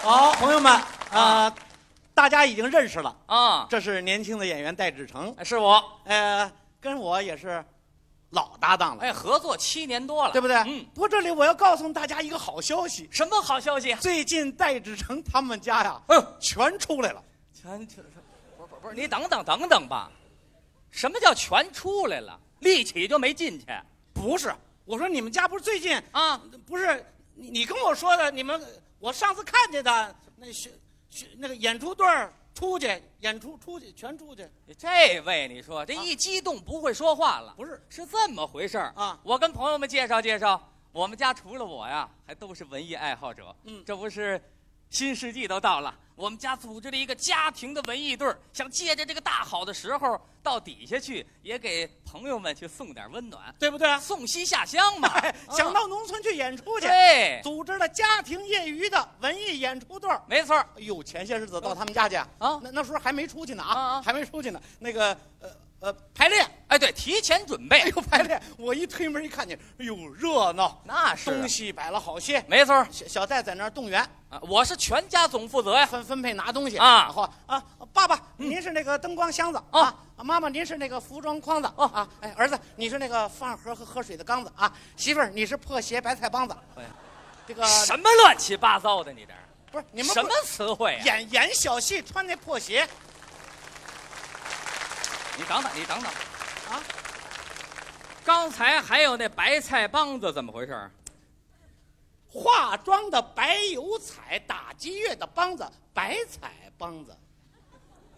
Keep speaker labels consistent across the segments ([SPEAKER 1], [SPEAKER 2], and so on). [SPEAKER 1] 好，朋友们，呃，大家已经认识了，
[SPEAKER 2] 啊，哎
[SPEAKER 1] 这是年轻的演员戴志成，
[SPEAKER 2] 是我，
[SPEAKER 1] 呃，跟我也是老搭档了，
[SPEAKER 2] 哎，合作七年多了，
[SPEAKER 1] 对不对？
[SPEAKER 2] 嗯，
[SPEAKER 1] 不过这里我要告诉大家一个好消息，
[SPEAKER 2] 什么好消息？啊
[SPEAKER 1] 最近戴志成他们家呀，
[SPEAKER 2] 嗯，
[SPEAKER 1] 全出来了。
[SPEAKER 2] 全全不是不是不是，你等等等等吧，什么叫全出来了？立起就没进去
[SPEAKER 1] 不是，我说你们家不是最近
[SPEAKER 2] 啊？
[SPEAKER 1] 不是你你跟我说的，你们我上次看见的那学学那个演出队儿出去演出出去全出去
[SPEAKER 2] 这位，你说这一激动不会说话了，
[SPEAKER 1] 不是
[SPEAKER 2] 是这么回事儿
[SPEAKER 1] 啊
[SPEAKER 2] 我跟朋友们介绍介绍，我们家除了我呀，还都是文艺爱好者。
[SPEAKER 1] 嗯
[SPEAKER 2] 这不是新世纪都到了，我们家组织了一个家庭的文艺队儿，想借着这个大好的时候到底下去，也给朋友们去送点温暖，
[SPEAKER 1] 对不对？。
[SPEAKER 2] 送西下乡嘛
[SPEAKER 1] 想
[SPEAKER 2] 啊
[SPEAKER 1] 到农村去演出去，
[SPEAKER 2] 对，
[SPEAKER 1] 组织了家庭业余的文艺演出队儿。
[SPEAKER 2] 没错儿
[SPEAKER 1] 哎呦，前些日子到他们家去啊，
[SPEAKER 2] 啊
[SPEAKER 1] 那那时候还没出去呢
[SPEAKER 2] 啊
[SPEAKER 1] 啊，
[SPEAKER 2] 啊
[SPEAKER 1] 还没出去呢。那个呃呃排练，
[SPEAKER 2] 哎，对，提前准备
[SPEAKER 1] 哎，呦排练，我一推门一看见，哎呦热闹，
[SPEAKER 2] 那是啊
[SPEAKER 1] 东西摆了好些。
[SPEAKER 2] 没错儿
[SPEAKER 1] 小小戴在那儿动员，
[SPEAKER 2] 啊，我是全家总负责呀。
[SPEAKER 1] 分分配拿东西
[SPEAKER 2] 哎啊嗯
[SPEAKER 1] 然后啊，爸爸，您是那个灯光箱子
[SPEAKER 2] 哦
[SPEAKER 1] 啊，妈妈，您是那个服装筐子
[SPEAKER 2] 哦
[SPEAKER 1] 啊，哎，儿子，你是那个饭盒和喝水的缸子啊，媳妇儿，你是破鞋白菜帮子
[SPEAKER 2] 哎呀，
[SPEAKER 1] 这个
[SPEAKER 2] 什么乱七八糟的，你这儿
[SPEAKER 1] 不是你们不
[SPEAKER 2] 什么词汇、呀？
[SPEAKER 1] 演演小戏穿那破鞋
[SPEAKER 2] 你等等，你等等，
[SPEAKER 1] 啊？
[SPEAKER 2] 刚才还有那白菜帮子怎么回事儿？
[SPEAKER 1] 化妆的白油彩，打击乐的梆子，白彩梆子。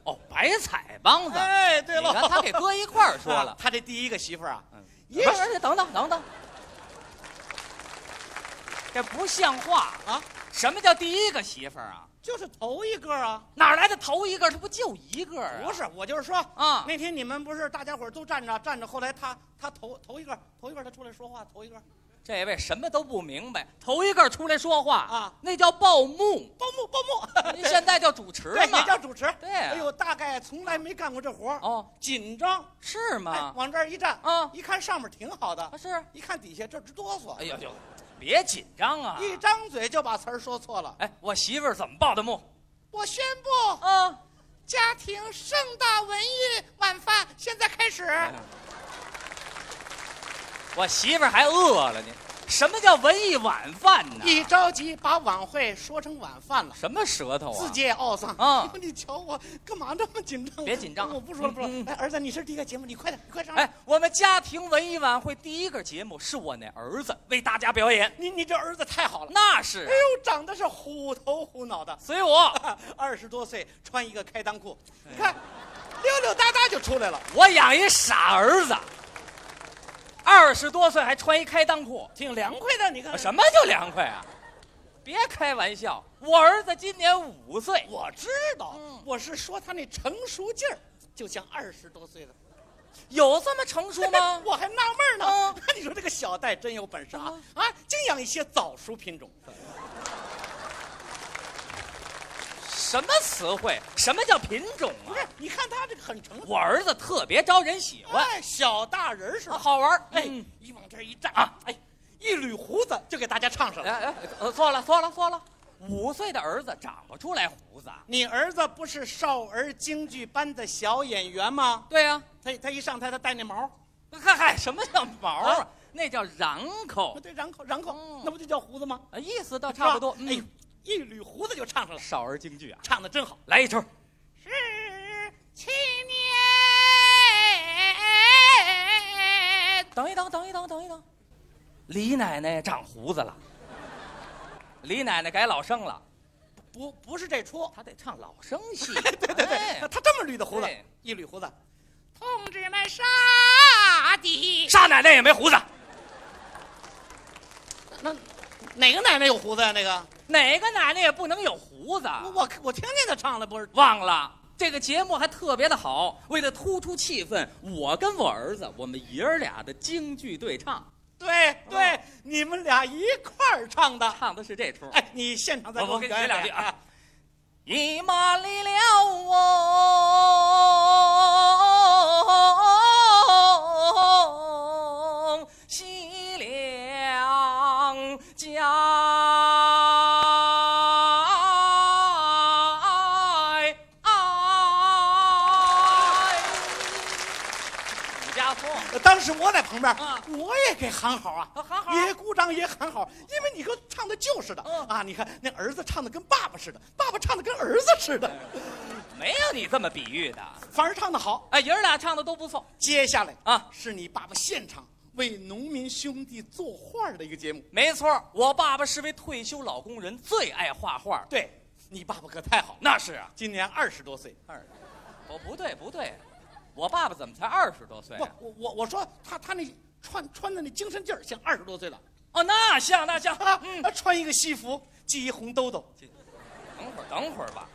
[SPEAKER 2] 哦，白菜帮子。
[SPEAKER 1] 哎，对
[SPEAKER 2] 你看他给搁一块儿说了。
[SPEAKER 1] 他这第一个媳妇儿啊，
[SPEAKER 2] 嗯，
[SPEAKER 1] 一
[SPEAKER 2] 不是，而且等等等等，这不像话！
[SPEAKER 1] 啊，
[SPEAKER 2] 什么叫第一个媳妇儿啊？
[SPEAKER 1] 就是头一个啊。
[SPEAKER 2] 哪来的头一个？这不就一个啊？
[SPEAKER 1] 不是，我就是说
[SPEAKER 2] 啊
[SPEAKER 1] 那天你们不是大家伙儿都站着站着，后来他他头头一个头一个他出来说话，头一个
[SPEAKER 2] 这位什么都不明白，头一个出来说话
[SPEAKER 1] 啊
[SPEAKER 2] 那叫报幕，
[SPEAKER 1] 报幕报幕，
[SPEAKER 2] 您现在叫主持
[SPEAKER 1] 对
[SPEAKER 2] 嘛
[SPEAKER 1] 也？叫主持，
[SPEAKER 2] 对啊
[SPEAKER 1] 哎呦，大概从来没干过这活儿，
[SPEAKER 2] 哦，
[SPEAKER 1] 紧张，
[SPEAKER 2] 是
[SPEAKER 1] 哎，
[SPEAKER 2] 吗？
[SPEAKER 1] 往这儿一站，
[SPEAKER 2] 啊
[SPEAKER 1] 一看上面挺好的
[SPEAKER 2] 啊，，是。
[SPEAKER 1] 一看底下这直哆嗦，
[SPEAKER 2] 哎呦呦，别紧张啊！
[SPEAKER 1] 一张嘴就把词儿说错了。
[SPEAKER 2] 哎，我媳妇儿怎么报的幕？
[SPEAKER 1] 我宣布，
[SPEAKER 2] 啊，
[SPEAKER 1] 家庭盛大文艺晚饭现在开始。
[SPEAKER 2] 我媳妇儿还饿了呢。什么叫文艺晚饭呢？
[SPEAKER 1] 一着急把晚会说成晚饭了。
[SPEAKER 2] 什么舌头啊？
[SPEAKER 1] 自己也懊丧
[SPEAKER 2] 啊
[SPEAKER 1] 你瞧我干嘛这么紧张？
[SPEAKER 2] 别紧张
[SPEAKER 1] 我不说了，不说
[SPEAKER 2] 嗯
[SPEAKER 1] 了。哎，
[SPEAKER 2] 嗯
[SPEAKER 1] 儿子，你是第一个节目，你快点，你快上来。
[SPEAKER 2] 哎，我们家庭文艺晚会第一个节目是我那儿子为大家表演，
[SPEAKER 1] 你你这儿子太好了，
[SPEAKER 2] 那是
[SPEAKER 1] 哎，呦，长得是虎头虎脑的，
[SPEAKER 2] 随我，
[SPEAKER 1] 二十多岁穿一个开裆裤，
[SPEAKER 2] 哎
[SPEAKER 1] 你看，溜溜达达就出来了。
[SPEAKER 2] 我养一傻儿子，二十多岁还穿一开裆裤，
[SPEAKER 1] 挺凉快的，你看
[SPEAKER 2] 什么叫凉快啊？别开玩笑，我儿子今年五岁，
[SPEAKER 1] 我知道，
[SPEAKER 2] 嗯
[SPEAKER 1] 我是说他那成熟劲儿，就像二十多岁的。
[SPEAKER 2] 有这么成熟吗
[SPEAKER 1] ？我还纳闷儿呢
[SPEAKER 2] 嗯。
[SPEAKER 1] 你说这个小戴真有本事啊啊！净养一些早熟品种。
[SPEAKER 2] 什么词汇？什么叫品种啊
[SPEAKER 1] 不？是，你看他这个很成熟。
[SPEAKER 2] 我儿子特别招人喜欢，
[SPEAKER 1] 哎，小大人儿是吧？
[SPEAKER 2] 好玩儿。
[SPEAKER 1] 哎
[SPEAKER 2] 嗯，
[SPEAKER 1] 一往这儿一站啊，哎，一捋胡子就给大家唱上
[SPEAKER 2] 哎
[SPEAKER 1] 了。
[SPEAKER 2] 哎，呃错了错了错了，五岁的儿子长不出来胡子啊。
[SPEAKER 1] 你儿子不是少儿京剧班的小演员吗？
[SPEAKER 2] 对呀、
[SPEAKER 1] 他他一上台，他带那毛，
[SPEAKER 2] 嗨嗨，什么叫毛
[SPEAKER 1] 啊
[SPEAKER 2] 啊？那叫瓤
[SPEAKER 1] 那
[SPEAKER 2] 口，
[SPEAKER 1] 对瓤口瓤口
[SPEAKER 2] 嗯，
[SPEAKER 1] 那不就叫胡子吗？
[SPEAKER 2] 呃意思倒差不多。
[SPEAKER 1] 是吧哎
[SPEAKER 2] 嗯，
[SPEAKER 1] 呦，一捋胡子就唱上了，
[SPEAKER 2] 少儿京剧啊，
[SPEAKER 1] 唱的真好。
[SPEAKER 2] 来一出。
[SPEAKER 1] 十七年，
[SPEAKER 2] 等一等，等一等，等一等，李奶奶长胡子了，李奶奶改老生了，
[SPEAKER 1] 不不是这出，
[SPEAKER 2] 她得唱老生戏。
[SPEAKER 1] 对对对，他
[SPEAKER 2] 哎
[SPEAKER 1] 他这么捋的胡子
[SPEAKER 2] 对，
[SPEAKER 1] 一捋胡子，
[SPEAKER 3] 同志们杀敌，
[SPEAKER 2] 沙奶奶也没胡子，
[SPEAKER 1] 那哪个奶奶有胡子呀？那个
[SPEAKER 2] 哪个奶奶也不能有胡子。
[SPEAKER 1] 我我我听见他唱了，不是
[SPEAKER 2] 忘了这个节目还特别的好，为了突出气氛，我跟我儿子我们爷儿俩的京剧对唱，
[SPEAKER 1] 对
[SPEAKER 2] 嗯
[SPEAKER 1] 对，你们俩一块儿唱的。
[SPEAKER 2] 唱的是这出。
[SPEAKER 1] 哎，你现场再
[SPEAKER 2] 我
[SPEAKER 1] 给
[SPEAKER 2] 我
[SPEAKER 1] 们
[SPEAKER 2] 给
[SPEAKER 1] 表演
[SPEAKER 2] 你学两句
[SPEAKER 1] 啊
[SPEAKER 2] 啊！。一马离了我，西凉家。
[SPEAKER 1] 是呃我在旁边
[SPEAKER 2] 啊，
[SPEAKER 1] 我也给喊好啊，
[SPEAKER 2] 啊喊好
[SPEAKER 1] 也鼓掌也喊好，因为你跟唱的就是的
[SPEAKER 2] 嗯
[SPEAKER 1] 啊。你看那儿子唱的跟爸爸似的，爸爸唱的跟儿子似的，
[SPEAKER 2] 没有你这么比喻的。
[SPEAKER 1] 反而唱的好。
[SPEAKER 2] 哎，爷儿俩唱的都不错
[SPEAKER 1] 接下来
[SPEAKER 2] 啊，
[SPEAKER 1] 是你爸爸现场为农民兄弟作画的一个节目，
[SPEAKER 2] 没错儿。我爸爸是位退休老工人，最爱画画儿。
[SPEAKER 1] 对你爸爸可太好了，
[SPEAKER 2] 那是啊，
[SPEAKER 1] 今年二十多岁。
[SPEAKER 2] 二，不哦不对不对，我爸爸怎么才二十多岁
[SPEAKER 1] 不
[SPEAKER 2] 啊？，
[SPEAKER 1] 我我我说他他那穿穿的那精神劲儿，像二十多岁了
[SPEAKER 2] 哦，那像那嗯像。
[SPEAKER 1] 啊，他穿一个西服，系一红兜兜，
[SPEAKER 2] 等会儿，等会儿吧。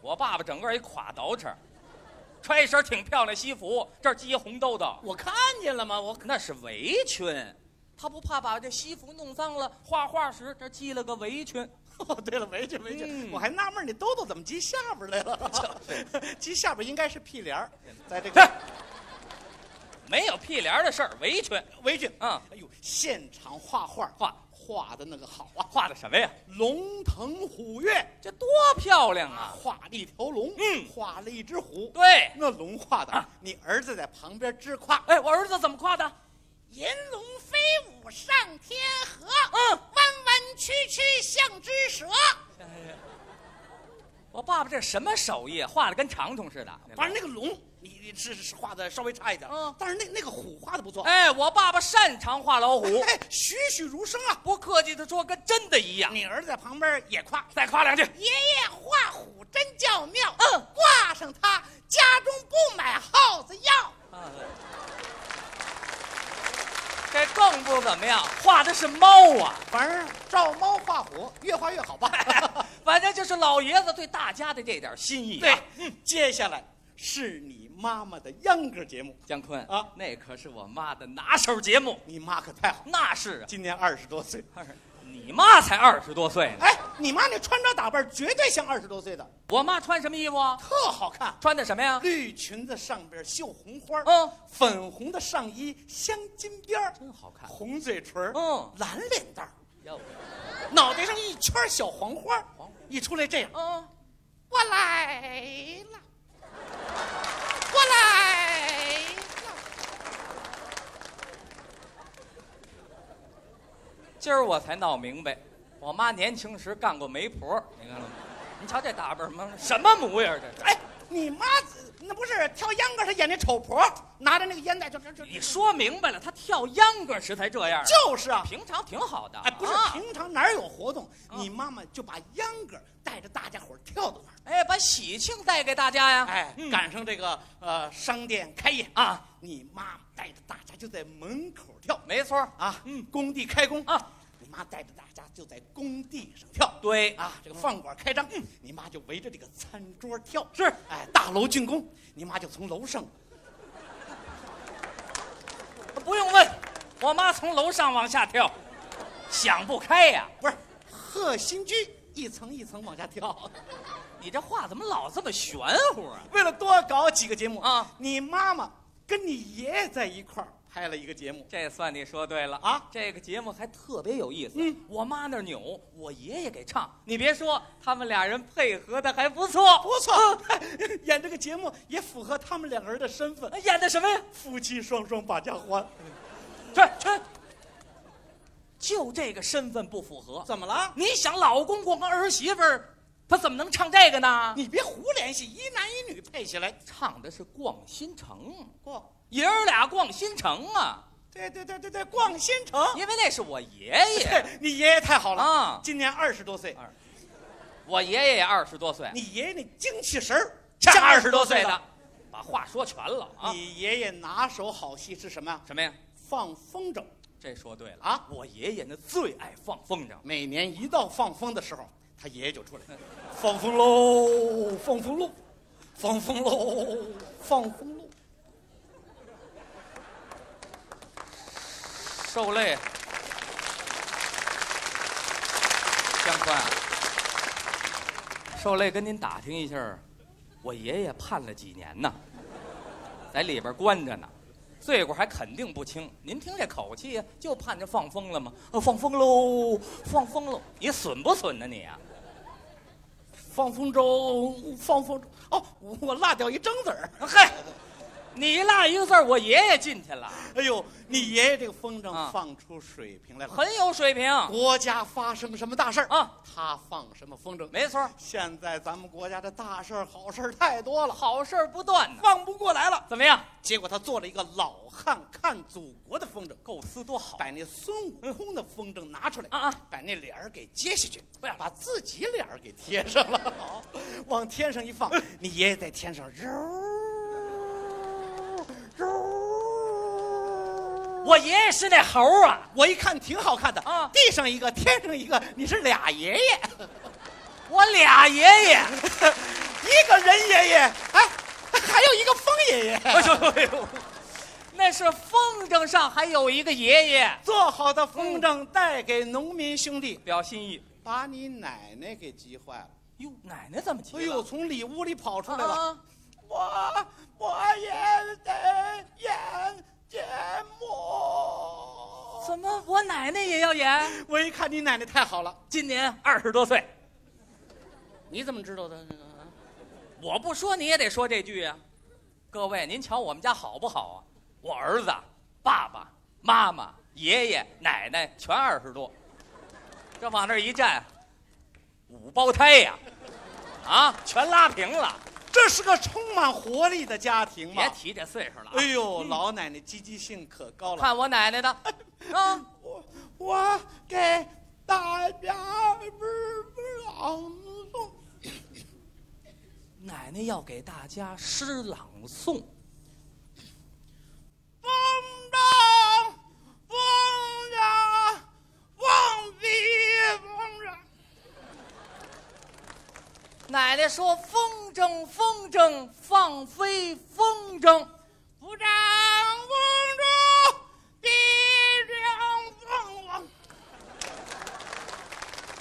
[SPEAKER 2] 我爸爸整个一垮倒饬，穿一身挺漂亮西服，这儿系一红兜兜，
[SPEAKER 1] 我看见了吗？我
[SPEAKER 2] 那是围裙。他不怕把这西服弄脏了，画画时这儿系了个围裙。
[SPEAKER 1] 哦，对了，围裙围裙，
[SPEAKER 2] 嗯
[SPEAKER 1] 我还纳闷儿你兜兜怎么系下边儿来了？ 系下边儿应该是屁帘 儿，在这
[SPEAKER 2] 嘿
[SPEAKER 1] 个，
[SPEAKER 2] 没有屁帘儿的事儿，围裙
[SPEAKER 1] 围裙。
[SPEAKER 2] 啊，
[SPEAKER 1] 哎呦，现场画画
[SPEAKER 2] 画
[SPEAKER 1] 画的那个好啊，
[SPEAKER 2] 画的什么呀？
[SPEAKER 1] 龙腾虎跃，
[SPEAKER 2] 这多漂亮
[SPEAKER 1] 啊
[SPEAKER 2] 啊！
[SPEAKER 1] 画了一条龙，
[SPEAKER 2] 嗯
[SPEAKER 1] 画了一只虎，
[SPEAKER 2] 对，
[SPEAKER 1] 那龙画的
[SPEAKER 2] 啊，
[SPEAKER 1] 你儿子在旁边直夸，
[SPEAKER 2] 哎，我儿子怎么夸的？
[SPEAKER 3] 银龙飞舞上天河，
[SPEAKER 2] 嗯
[SPEAKER 3] 弯弯曲曲像只蛇。
[SPEAKER 2] 我爸爸这什么手艺啊？画的跟长虫似的。
[SPEAKER 1] 反正那个龙，你你是是画的稍微差一点，
[SPEAKER 2] 嗯
[SPEAKER 1] 但是那那个虎画的不错，
[SPEAKER 2] 哎，我爸爸擅长画老虎，
[SPEAKER 1] 哎，栩栩如生啊！
[SPEAKER 2] 不客气的说，跟真的一样。
[SPEAKER 1] 你儿子在旁边也夸，
[SPEAKER 2] 再夸两句。
[SPEAKER 3] 爷爷画虎真叫妙，
[SPEAKER 2] 嗯
[SPEAKER 3] 挂上它，家中不买耗子药。
[SPEAKER 2] 啊这更不怎么样，画的是猫啊！
[SPEAKER 1] 反正照猫画虎，越画越好吧。
[SPEAKER 2] 反正就是老爷子对大家的这点心意、
[SPEAKER 1] 啊
[SPEAKER 2] 啊
[SPEAKER 1] 对，，嗯接下来是你妈妈的秧歌节目，
[SPEAKER 2] 姜昆
[SPEAKER 1] 啊
[SPEAKER 2] 那可是我妈的拿手节目，
[SPEAKER 1] 你妈可太好，
[SPEAKER 2] 那是
[SPEAKER 1] 今年二十多岁。
[SPEAKER 2] 啊。你妈才二十多岁呢，
[SPEAKER 1] 哎，你妈那穿着打扮绝对像二十多岁的，
[SPEAKER 2] 我妈穿什么衣服啊？
[SPEAKER 1] 特好看。
[SPEAKER 2] 穿的什么呀？
[SPEAKER 1] 绿裙子上边绣红花，
[SPEAKER 2] 嗯，
[SPEAKER 1] 粉红的上衣镶金边儿
[SPEAKER 2] 真好看。
[SPEAKER 1] 红嘴唇儿
[SPEAKER 2] 嗯
[SPEAKER 1] 蓝脸蛋儿
[SPEAKER 2] 哟，
[SPEAKER 1] 脑袋上一圈儿小黄花儿
[SPEAKER 2] 黄花
[SPEAKER 1] 一出来这样，
[SPEAKER 2] 嗯，
[SPEAKER 3] 我来了，我来了，
[SPEAKER 2] 今儿我才闹明白，我妈年轻时干过媒婆，你看了吗？你瞧这打扮儿，妈什么模样儿这是？
[SPEAKER 1] 哎，你妈那不是跳秧歌儿，她演那丑婆，拿着那个烟袋就就就
[SPEAKER 2] 你说明白了，她跳秧歌儿时才这样儿啊。
[SPEAKER 1] 就是啊，
[SPEAKER 2] 平常挺好的，
[SPEAKER 1] 哎，不是，
[SPEAKER 2] 啊
[SPEAKER 1] 平常哪儿有活动，
[SPEAKER 2] 啊
[SPEAKER 1] 你妈妈就把秧歌带着大家伙儿跳到那儿。
[SPEAKER 2] 哎，把喜庆带给大家呀，
[SPEAKER 1] 哎，
[SPEAKER 2] 嗯
[SPEAKER 1] 赶上这个呃商店开业，
[SPEAKER 2] 啊，
[SPEAKER 1] 你妈妈带着大家就在门口跳
[SPEAKER 2] 没错儿
[SPEAKER 1] 啊。
[SPEAKER 2] 嗯
[SPEAKER 1] 工地开工，
[SPEAKER 2] 啊，
[SPEAKER 1] 你妈带着大家就在工地上跳。
[SPEAKER 2] 对，
[SPEAKER 1] 啊，这个饭馆开张，你妈就围着这个餐桌跳。
[SPEAKER 2] 是
[SPEAKER 1] 哎，大楼竣工，你妈就从楼上
[SPEAKER 2] 不用问，我妈从楼上往下跳，想不开呀，
[SPEAKER 1] 不是贺新居一层一层往下跳。
[SPEAKER 2] 你这话怎么老这么玄乎啊？
[SPEAKER 1] 为了多搞几个节目
[SPEAKER 2] 啊，
[SPEAKER 1] 你妈妈跟你爷爷在一块儿拍了一个节目。
[SPEAKER 2] 这算你说对了
[SPEAKER 1] 啊！
[SPEAKER 2] 这个节目还特别有意思。
[SPEAKER 1] 嗯，
[SPEAKER 2] 我妈那儿扭，我爷爷给唱。你别说，他们俩人配合的还不错。
[SPEAKER 1] 不错，哎演这个节目也符合他们两个人的身份，
[SPEAKER 2] 演的什么呀？
[SPEAKER 1] 夫妻双双把家欢。
[SPEAKER 2] 去去，就这个身份不符合。
[SPEAKER 1] 怎么了？
[SPEAKER 2] 你想老公公跟儿媳妇儿，他怎么能唱这个呢？
[SPEAKER 1] 你别胡联系，一男一女配起来
[SPEAKER 2] 唱的是逛新城，
[SPEAKER 1] 逛。
[SPEAKER 2] 爷儿俩逛新城啊，
[SPEAKER 1] 对对对对对，逛新城。
[SPEAKER 2] 因为那是我爷爷，
[SPEAKER 1] 对 你爷爷太好了
[SPEAKER 2] 啊
[SPEAKER 1] 今年二十多岁，
[SPEAKER 2] 我爷爷也二十多岁，
[SPEAKER 1] 你爷爷那精气神儿
[SPEAKER 2] 像
[SPEAKER 1] 像
[SPEAKER 2] 二
[SPEAKER 1] 二
[SPEAKER 2] 十
[SPEAKER 1] 十
[SPEAKER 2] 多
[SPEAKER 1] 多
[SPEAKER 2] 岁
[SPEAKER 1] 岁
[SPEAKER 2] 的
[SPEAKER 1] 的。，
[SPEAKER 2] 把话说全了啊。
[SPEAKER 1] 你爷爷拿手好戏是什么呀？
[SPEAKER 2] 什么呀？
[SPEAKER 1] 放风筝。
[SPEAKER 2] 这说对了
[SPEAKER 1] 啊！
[SPEAKER 2] 我爷爷那最爱放风筝，
[SPEAKER 1] 每年一到放风的时候，他爷爷就出来，
[SPEAKER 2] 嗯
[SPEAKER 1] 放风喽，放风喽，放风喽，放风喽。
[SPEAKER 2] 受累。啊江宽啊，受累跟您打听一下儿，我爷爷判了几年呢？在里边关着呢，罪过还肯定不轻。您听这口气呀，就盼着放风了吗？呃，放风喽，放风喽！你损不损呢你啊？
[SPEAKER 1] 放风筝，放风筝。哦，我我落掉一筝子儿。
[SPEAKER 2] 嗨，你落一个字儿，我爷爷进去了，
[SPEAKER 1] 哎呦，你爷爷这个风筝
[SPEAKER 2] 啊
[SPEAKER 1] 放出水平来了，
[SPEAKER 2] 很有水平
[SPEAKER 1] 国家发生什么大事儿
[SPEAKER 2] 啊，
[SPEAKER 1] 他放什么风筝？
[SPEAKER 2] 没错儿，
[SPEAKER 1] 现在咱们国家的大事儿、好事儿太多了，
[SPEAKER 2] 好事儿不断呢。
[SPEAKER 1] 放不过来了。
[SPEAKER 2] 怎么样？
[SPEAKER 1] 结果他做了一个老汉看祖国的风筝，
[SPEAKER 2] 构思多好
[SPEAKER 1] 把那孙悟空的风筝拿出来，
[SPEAKER 2] 啊啊！
[SPEAKER 1] 把那脸儿给揭下去，不要把自己脸儿给贴上了，
[SPEAKER 2] 哦
[SPEAKER 1] 好，往天上一 放，你爷爷在天上揉
[SPEAKER 2] 啊
[SPEAKER 1] 揉。
[SPEAKER 2] 我爷爷是那猴儿啊，
[SPEAKER 1] 我一看挺好看的
[SPEAKER 2] 啊
[SPEAKER 1] 地上一个，天上一个，你是俩爷爷，
[SPEAKER 2] 我俩爷爷。
[SPEAKER 1] 一个人爷爷，哎，还有一个风爷爷。
[SPEAKER 2] 哎呦哎呦，那是风筝上还有一个爷爷，
[SPEAKER 1] 做好的风筝带给农民兄弟，
[SPEAKER 2] 表心意。
[SPEAKER 1] 把你奶奶给急坏了。
[SPEAKER 2] 哟，奶奶怎么急
[SPEAKER 1] 哎
[SPEAKER 2] 了？
[SPEAKER 1] 呦，从里屋里跑出来了。
[SPEAKER 2] 啊，
[SPEAKER 1] 我我也得演节目。
[SPEAKER 2] 怎么我奶奶也要演？
[SPEAKER 1] 我一看你奶奶太好了，
[SPEAKER 2] 今年二十多岁，
[SPEAKER 1] 你怎么知道的？啊
[SPEAKER 2] 我不说你也得说这句啊。各位，您瞧我们家好不好啊？我儿子、爸爸妈妈、爷爷奶奶全二十多，这往那儿一站，五胞胎呀、啊，全拉平了。
[SPEAKER 1] 这是个充满活力的家庭嘛
[SPEAKER 2] 别。提这岁数了啊、
[SPEAKER 1] 哎呦，老奶奶积极性可高了。
[SPEAKER 2] 看我奶 奶的，啊，
[SPEAKER 1] 我我给大家不是朗诵，
[SPEAKER 2] 奶奶要给大家诗朗诵。
[SPEAKER 1] 风筝，风筝，忘记风筝。
[SPEAKER 2] 奶奶说：“风筝，风筝，放飞风筝。
[SPEAKER 1] 不长风中必将凤凰。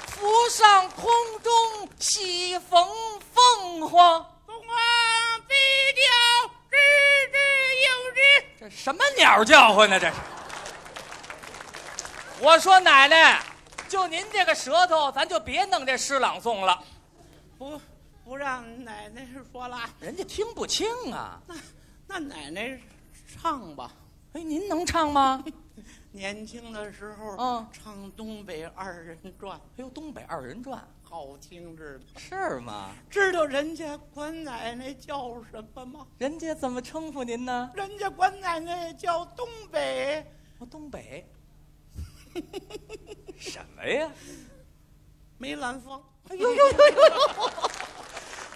[SPEAKER 2] 浮上空中，喜逢凤凰。
[SPEAKER 1] 凤凰必叫，知之有之。”
[SPEAKER 2] 这什么鸟叫唤呢？这是。我说奶奶，就您这个舌头，咱就别弄这诗朗诵了，
[SPEAKER 1] 不，不让奶奶说了，
[SPEAKER 2] 人家听不清啊。
[SPEAKER 1] 那那奶奶唱吧。
[SPEAKER 2] 哎，您能唱吗？
[SPEAKER 1] 年轻的时候，
[SPEAKER 2] 嗯
[SPEAKER 1] 唱东北二人转，
[SPEAKER 2] 哎呦，东北二人转
[SPEAKER 1] 好听着呢。
[SPEAKER 2] 是吗？
[SPEAKER 1] 知道人家管奶奶叫什么吗？
[SPEAKER 2] 人家怎么称呼您呢？
[SPEAKER 1] 人家管奶奶叫东北
[SPEAKER 2] 我东北。什么呀？
[SPEAKER 1] 梅兰芳。
[SPEAKER 2] 哎呦呦呦呦呦！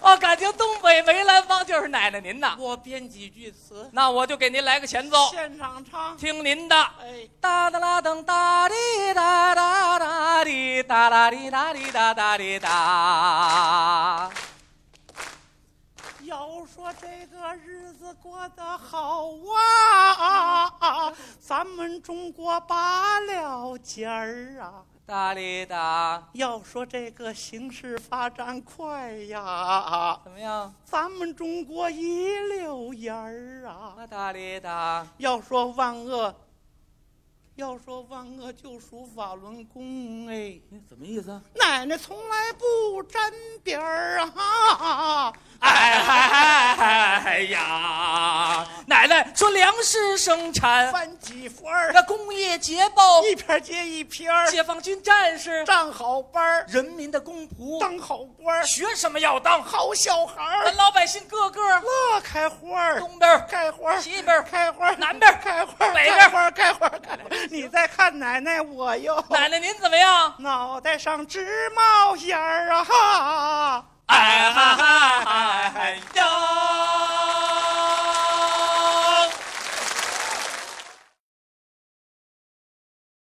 [SPEAKER 2] 哦，感情东北梅兰芳就是奶奶您呐。
[SPEAKER 1] 我编几句词，
[SPEAKER 2] 那我就给您来个前奏，
[SPEAKER 1] 现场唱。
[SPEAKER 2] 听您的。
[SPEAKER 1] 哎，
[SPEAKER 2] 哒哒啦噔哒滴哒哒哒滴哒哒滴哒滴哒哒滴哒。
[SPEAKER 1] 要说这个日子过得好啊，咱们中国拔了尖儿啊。
[SPEAKER 2] 哒哩哒，
[SPEAKER 1] 要说这个形势发展快呀，
[SPEAKER 2] 怎么样？
[SPEAKER 1] 咱们中国一溜烟儿啊。
[SPEAKER 2] 啊哒哩哒，
[SPEAKER 1] 要说万恶，要说万恶就属法轮功哎。
[SPEAKER 2] 哎什么意思啊？
[SPEAKER 1] 奶奶从来不沾边儿啊！
[SPEAKER 2] 哎嗨嗨嗨呀！奶奶说粮食生产，
[SPEAKER 1] 翻几番儿，
[SPEAKER 2] 那工业捷报，
[SPEAKER 1] 一篇接一篇儿，
[SPEAKER 2] 解放军战士，
[SPEAKER 1] 站好班儿，
[SPEAKER 2] 人民的公仆，
[SPEAKER 1] 当好官儿，
[SPEAKER 2] 学什么要当好，
[SPEAKER 1] 好小孩儿
[SPEAKER 2] 咱，老百姓个个
[SPEAKER 1] 乐开花儿，
[SPEAKER 2] 东边啊儿
[SPEAKER 1] 开花儿，
[SPEAKER 2] 西边儿
[SPEAKER 1] 开花儿，
[SPEAKER 2] 南边儿
[SPEAKER 1] 开花儿，
[SPEAKER 2] 北边
[SPEAKER 1] 开
[SPEAKER 2] 儿
[SPEAKER 1] 花儿，开花儿，开花儿。你再看奶奶我哟，
[SPEAKER 2] 奶奶您怎么样？
[SPEAKER 1] 脑袋上直冒烟儿啊！哈。
[SPEAKER 2] 哎嗨嗨嗨呀！